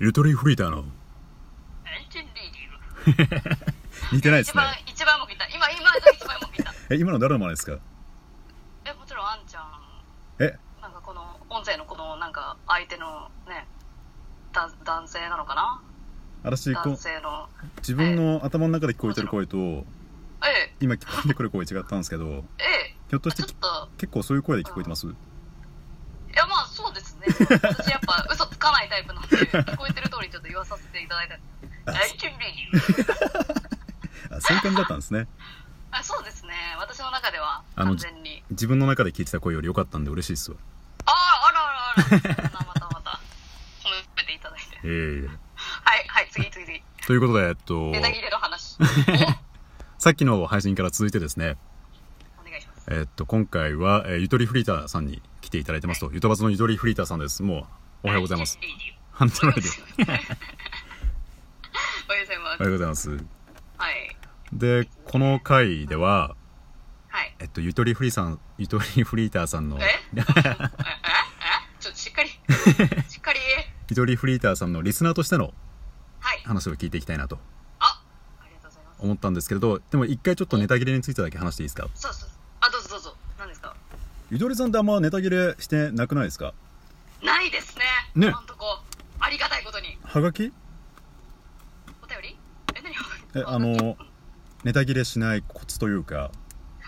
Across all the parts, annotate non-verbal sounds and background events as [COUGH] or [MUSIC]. ゆとりフリーターの。エンジンリーディング似てないで一すね番。一番も来た今今が一番も来た [LAUGHS] え、今の誰の真似ですかえもちろんあんちゃんえ、なんかこの音声のこのなんか相手のねだ男性なのかな私こ男う、性の自分の頭の中で聞こえてる声と、え今聞こえてくる声違ったんですけ [LAUGHS] ど、ええひょっとえしてちょっと結構そういう声で聞こえてますいやまあそうですね私やっぱ [LAUGHS] 嘘つかないタイプなんで聞こえてる通りちょっと言わさせていただいたあエンジンリーディングあ、そういう感じだったんですね。あそうですね私の中ではあの完全に自分の中で聞いてた声より良かったんで嬉しいっすわ。あああらあらあらまた [LAUGHS] また褒めていただいてええはいはい次次次ということで、えっとネ、タ切れの話おさっきの配信から続いてですね、お願いしますえっと、今回は、えーゆとりフリーターさんに来ていただいてますと、ゆとばつのゆとりフリーターさんです。もう、おはようございます。エンジンリーディングハンドライド。おはようございまおすは。ようございます。はい。で、この回では、はい。えっと、ゆとりフリーさん、ゆとりフリーターさんのえ、ええちょっとしっかり、しっかり。ゆとりフリーターさんのリスナーとしてのはい。話を聞いていきたいなとあ、ありがとうございま思ったんですけれど、でも一回ちょっとネタ切れについてだけ話していいですかす。そうそうそう。あ、どうぞどうぞ。何ですかゆとりさんってあんまネタ切れしてなくないですかないですね。ね今んとこ、ありがたいことに。はがきお便りえ、え、何あの、ネタ切れしないコツというか、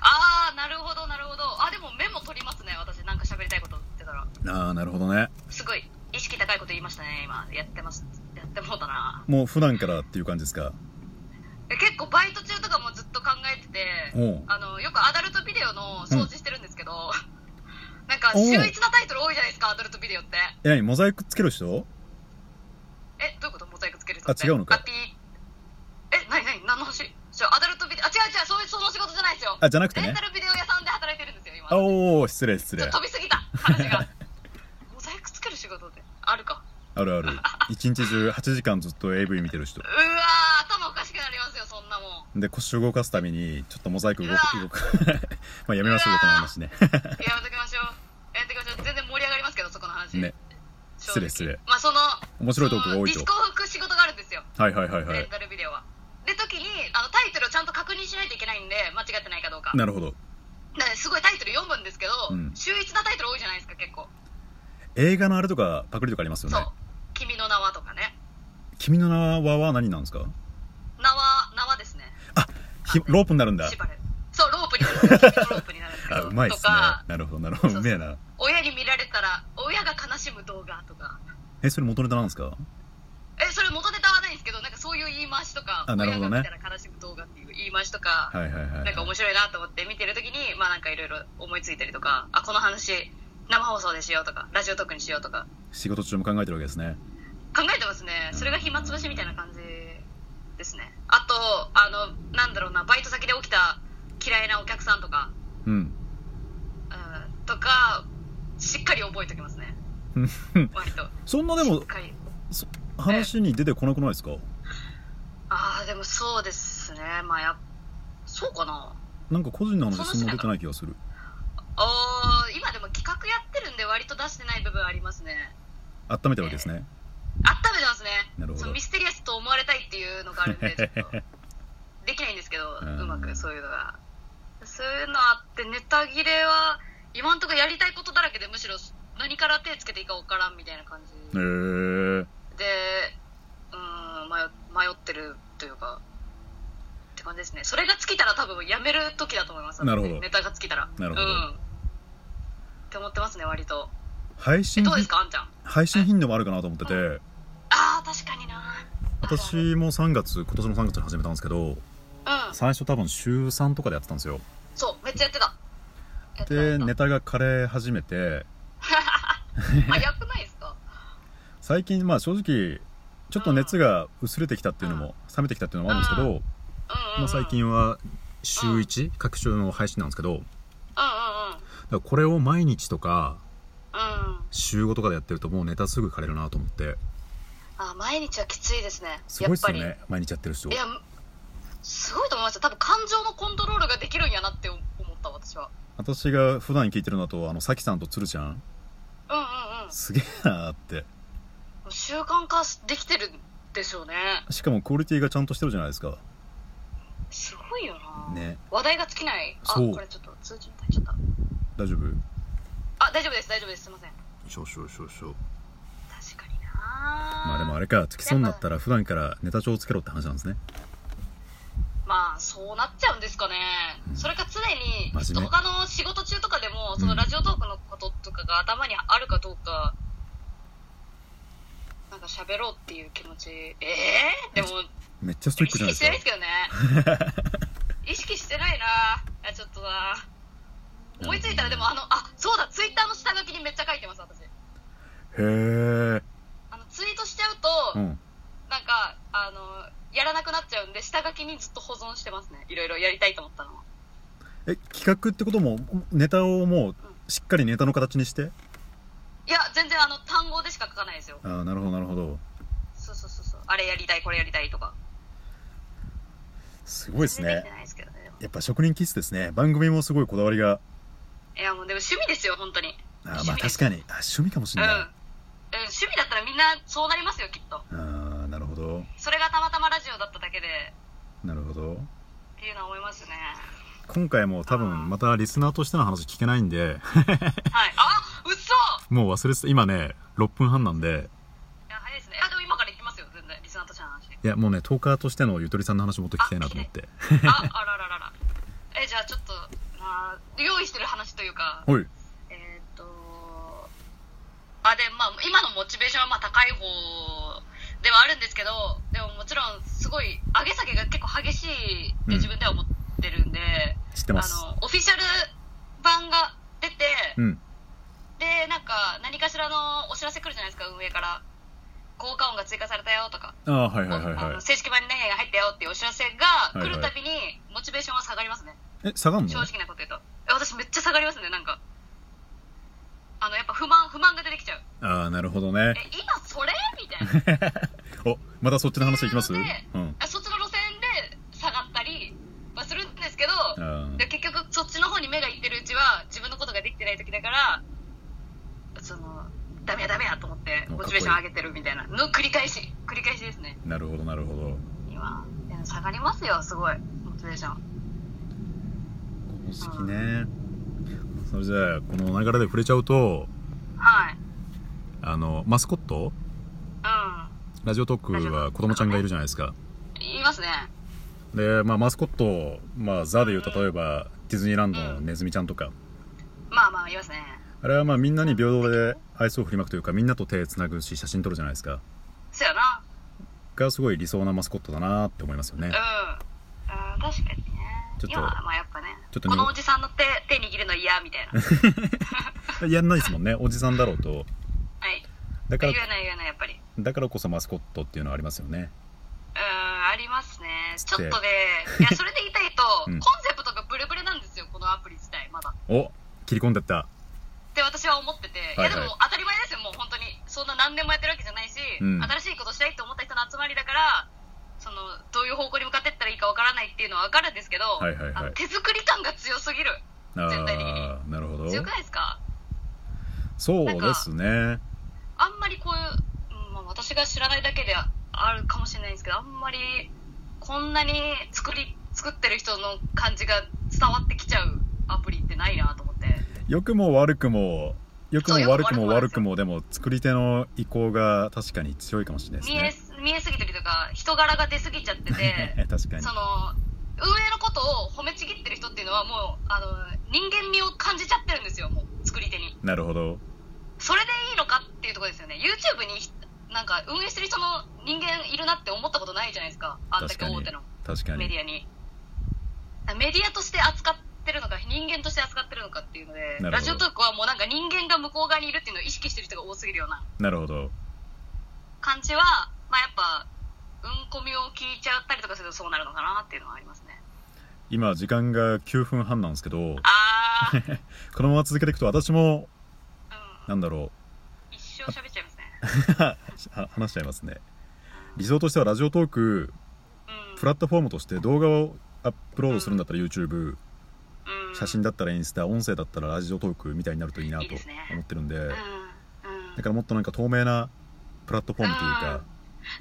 あー、なるほど、なるほど。あ、でもメモ取りますね。私、なんか喋りたいこと言ってたら。ああ、なるほどね。すごい、意識高いこと言いましたね、今。やってます。やってもうたな。もう普段からっていう感じですかえ結構バイト中とかもずっと考えてて。おうあのよくアダルトビデオの掃除してるんですけど、 [LAUGHS] なんか秀逸なタイトル多いじゃないですかアダルトビデオってえ、何モザイクつける人えどういうことモザイクつける人ってあ違うのかあピーえ何何何の話ちょアダルトビデオあ違う違うそういうその仕事じゃないですよあ、じゃなくてレンねタ。ルビデオ屋さんで働いてるんですよ今あおー、失礼失ちょ礼っ。と飛びすぎた話が [LAUGHS] モザイクつける仕事ってあるかあるある。一日中8時間ずっと AV 見てる人う。わー頭おかしくなりますよそんなもんで、腰を動かすために、ちょっとモザイク動くうわ、動く。 [LAUGHS] まあやめましょう、この話ね。 [LAUGHS] やめときましょうやめときましょう全然盛り上がりますけどそこの話ね。正直失礼失礼まあその面白いトークが多いとそのディスコを吹く仕事があるんですよはいはいはいはレいン。タルビデオは。で時にあのタイトルをちゃんと確認しないといけないんで間違ってないかどうかなるほど。だからすごいタイトル読むんですけど、うん秀逸なタイトル多いじゃないですか結構映画のあれとか、パクリとかありますよそうね。 「君の名は」とかね君の名はは何なんですか「名は」「名は」ですねひロープになるんだ。縛るそうロープになるんですよ君のロープになるんですけあ、どうまいっとすねか。なるほど、なるほど。そううめえな。親に見られたら親が悲しむ動画とかえ、それ元ネタなんですかえそれ元ネタはないんですけどなんかそういう言い回しとかあなるほどね親が見たら悲しむ動画っていう言い回しとか、はいはいはい。なんか面白いなと思って見てる時に、まあなんかいろいろ思いついたりとか、あ、この話、生放送でしようとか、ラジオトークにしようとか、仕事中も考えてるわけですね。考えてますね。それが暇つぶしみたいな感じですね。あと、あの、なんだろうな、バイト先で起きた嫌いなお客さんとか、うん。うん、とか、しっかり覚えておきますね。割と。そんな [LAUGHS] でしっもかり。話に出てこなくないですかああ、でもそうですね。まあやっ、そうかな。なんか個人の話そんな出てない気がする。あー今でも企画やってるんで割と出してない部分ありますね。温めたわけですね。温めてますねなるほどそのミステリアスと思われたいっていうのがあるん [LAUGHS] でちょっとできないんですけど、ううんまくそういうのがそういうのあってネタ切れは今んとこやりたいことだらけでむしろ何から手つけていいか分からんみたいな感じへえー。で、うーん迷迷ってるというかって感じですねそれが尽きたら多分やめる時だと思いますなるほどネタが尽きたらなるほどうん、って思ってますね割と配え信どうですかあんちゃん配信頻度もあるかなと思ってて、ああ確かにな私うんも3月、今年の3月に始めたんですけど、最初多分週3とかでやってたんですよ。そう、めっちゃやってた。やってたで、やっネタが枯れ始めて、てた早くないですか最近まあ正直、ちょっと熱が薄れてきたっていうのも、冷めてきたっていうのもあるんですけど、うんうん、うん。まあ、最。近は週1、各週の配信なんですけど、うだからこれを毎日とか、んうんうん。うん。週5とかでやってるともうネタすぐ枯れるなと思って、あ、毎日はきついですね。すごいっすよやっね、毎日やってる人ぱり。い。や、すごいと思いますよ。多分感情のコントロールができるんやなって思った、私は。私が普段聞いてるのだと、あの、さきさんとつるちゃん、うんうんうん。すげえなーって。習慣化できてるんでしょうねしかもクオリティがちゃんとしてるじゃないですかすごいよな、ね話題が尽きないあそうこれちょっと通知に入っちゃった大丈夫あ大丈夫です大丈夫ですすいません少々少々確かになまあでもあれかつきそうになったら普段からネタ帳をつけろって話なんですねまあそうなっちゃうんですかね、うんそれか常にち真ょ面目っと他の仕事中とかでもそうのんラジオトークのこととかが頭にあるかどうか、なんか喋ろうっていう気持ちええー、でもめっちゃスト意イックじゃ識ないしでてないですすけどね [LAUGHS] 意識してないなあちょっとなうん思いついたらでもあのあそうだツイッターの下書きにめっちゃ書いてます私かへえあのツイートしちゃうと、うんなんかあのやらなくなっちゃうんで下書きにずっと保存してますねいろいろやりたいと思ったのはえ企画ってこともネタをもうしっかりネタの形にしていや全然あの単語でしか書かないですよああなるほどなるほどそうそうそうそうあれやりたいこれやりたいとかすごいです全然ねきてないですけどねでもやっぱ職人気質ですね番組もすごいこだわりがいやもうでも趣味ですよ本当にあーまあ確かにあ趣味かもしうん、れうん、な趣味だったらみんなそうなりますよきっとい、ああなるほどそれがたまたまラジオだっただけでなるほどっていうのは思いますね [LAUGHS] 今回も多分またリスナーとしての話聞けないんで [LAUGHS] はいあ嘘もう忘れてた今ね6分半なんでいや早いですねあでも今から行きますよ全然リスナーとしての話いやもうねトーカーとしてのゆとりさんの話もっと聞きたいなと思ってああららららえじゃあちょっと、まあ、用意してる話というかはいえーっ、とあでまあ今のモチベーションはまあ高い方ではあるんですけどでももちろんすごい上げ下げが結構激しいってうん自分では思ってるんで、知ってあますのオフィシャル版が出て、うんでなんか何かしらのお知らせ来るじゃないですか運営から効果音が追加されたよとか、ああはいはいはいあはの正式版に何が入ったよっていうお知らせが来るたびにモチベーションは下がりますね、いえ下がんの正直なこと言うとえ私めっちゃ下がりますねなんかあのやっぱ不満不満が出てきちゃうああなるほどねえ今それみたい [LAUGHS] なおまたそっちの話いきますうでんあそっちの路線で下がったりはするんですけどあで結局そっちの方に目がいってるうちは自分のことができてない時だからそのダメやダメやと思っておモチベーション上げてるみたいなの繰り返し繰り返しですねあなるほどなるほど今いや下がりますよすごいモチベーション好きねそれじゃあこの流れで触れちゃうとはいあのマスコットうラジオトークは子供ちゃんがいるじゃないですかん言いますねで、まあ、マスコット、まあ、ザでいう例えばディズニーランドのネズミちゃんとかまあまあ言いますねあれはまあみんなに平等で愛想を振りまくというかみんなと手つなぐし写真撮るじゃないですかそうやながすごい理想なマスコットだなって思いますよねうんあー確かにねちょっと今はまあやっぱねちょっとこねのおじさんの手手握るの嫌み [LAUGHS] たいなはやんないですもんねおじさんだろうといだか言らえない言えないやっぱりだからこそマスコットっていうのはありますよねうーんありますねつちっょて、っとねいやそれで言いたいとうんコンセプトがブレブレなんですよこのアプリ自体まだっお切り込んでったて私は思ってて、いはいはいやでも当たり前ですよもう本当にそんな何年もやってるわけじゃないし、うん新しいことしたいって思った人の集まりだからそのどういう方向に向かっていったらいいかわからないっていうのはわかるんですけど、はいはいはいあの手作り感が強すぎる全体的にああなるほど強くないですかそうですねあんまりこういう、うんまあ、私が知らないだけであるかもしれないんですけどあんまりこんなに作り作ってる人の感じが伝わってきちゃうアプリってないなと思って良くも悪くも良くそうも良く悪もくも悪悪くくもでも作り手の意向が確かに強いかもしれない見えですす見えすぎてるというか人柄が出すぎちゃっててね [LAUGHS] 確かにその運営のことを褒めちぎってる人っていうのはもうあの人間味を感じちゃってるんですよもう作り手になるほどそれでいいのかっていうところですよね YouTube になんか運営してる人の人間いるなって思ったことないじゃないですかあんだ確けかに大手の確かメにディアにメディアとして扱ってるのか人間として扱ってるのかっていうのでなるほどラジオトークはもうなんか人間が向こう側にいるっていうのを意識してる人が多すぎるようななるほど感じはまあやっぱうんこみを聞いちゃったりとかするとそうなるのかなっていうのはありますね今時間が9分半なんですけどあ [LAUGHS] ーこのまま続けていくと私もうんなんだろ一生喋っちゃいますねうは話しちゃいますね理想としてはラジオトークうんプラットフォームとして動画をアップロードするんだったら YouTube うん写真だったらインスタ音声だったらラジオトークみたいになるといいなといいですね思ってるんでうんうんだからもっとなんか透明なプラットフォームというか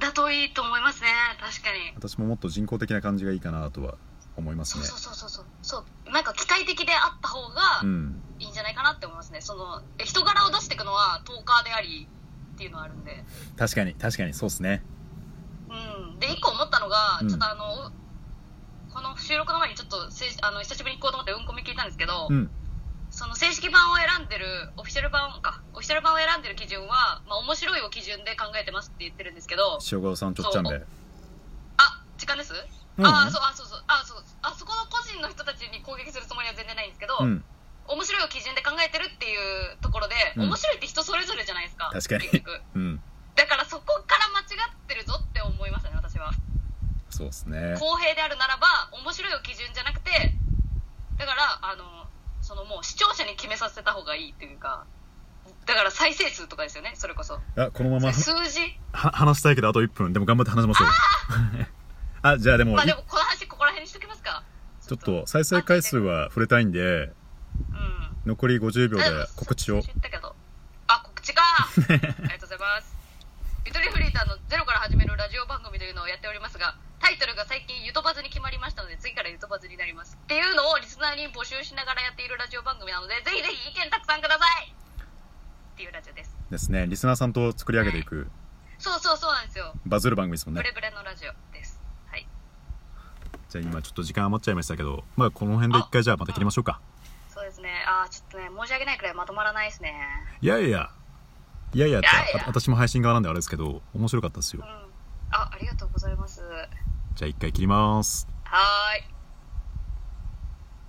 だといいと思いますね確かに私ももっと人工的な感じがいいかなとは思いますそうねそうそうそうそうそうなんか機械的であった方がうんいいんじゃないかなって思いますねそのえ人柄を出していくのはトーカーでありっていうのはあるんで確かに確かにそうですねうんで一個思ったのが、うんちょっとあのこの収録の前にちょっとせいあの久しぶりに行こうと思ってうんこみ聞いたんですけど、うんその正式版を選んでるオフィシャル版かオフィシャル版を選んでる基準は、まあ、面白いを基準で考えてますって言ってるんですけど塩顔さんちょっちゃんべあ時間です、うんああそうあそうそうあそうあそこの個人の人たちに攻撃するつもりは全然ないんですけど、うん面白いを基準で考えてるっていうところで、うん面白いって人それぞれじゃないですか確かに結局うんだからそこから間違ってるぞって思いましたね私はそうですね公平であるならば面白いを基準じゃなくてだからあのそのもう視聴者に決めさせた方がいいっていうかだから再生数とかですよねそれこそあこのまま数字は話したいけどあと1分でも頑張って話しますよ [LAUGHS] あじゃあでもまあでもこの話ここら辺にしときますかちょっと再生回数は触れたいんでうん残り50秒であも告知を先週言ったけどあ告 [LAUGHS] 知かありがとうございますゆとりフリーターのゼロから始めるラジオ番組というのをやっておりますがタイトルが最近ゆとばずに決まりましたので次からゆとばずになりますっていうのをリスナーに募集しながらやっているラジオ番組なのでぜひぜひ意見たくさんくださいっていうラジオですですねリスナーさんと作り上げていくそうそうそうなんですよバズる番組ですもんブねレブレのラジオですはいじゃあ今ちょっと時間余っちゃいましたけどまあこの辺で一回じゃあまた切りましょうかそうですねあーちょっとね申し訳ないくらいまとまらないですねいやいやいやいやっていやいやあ私も配信側なんであれですけど面白かったですうよんあありがとうございますじゃあ一回切りますはーい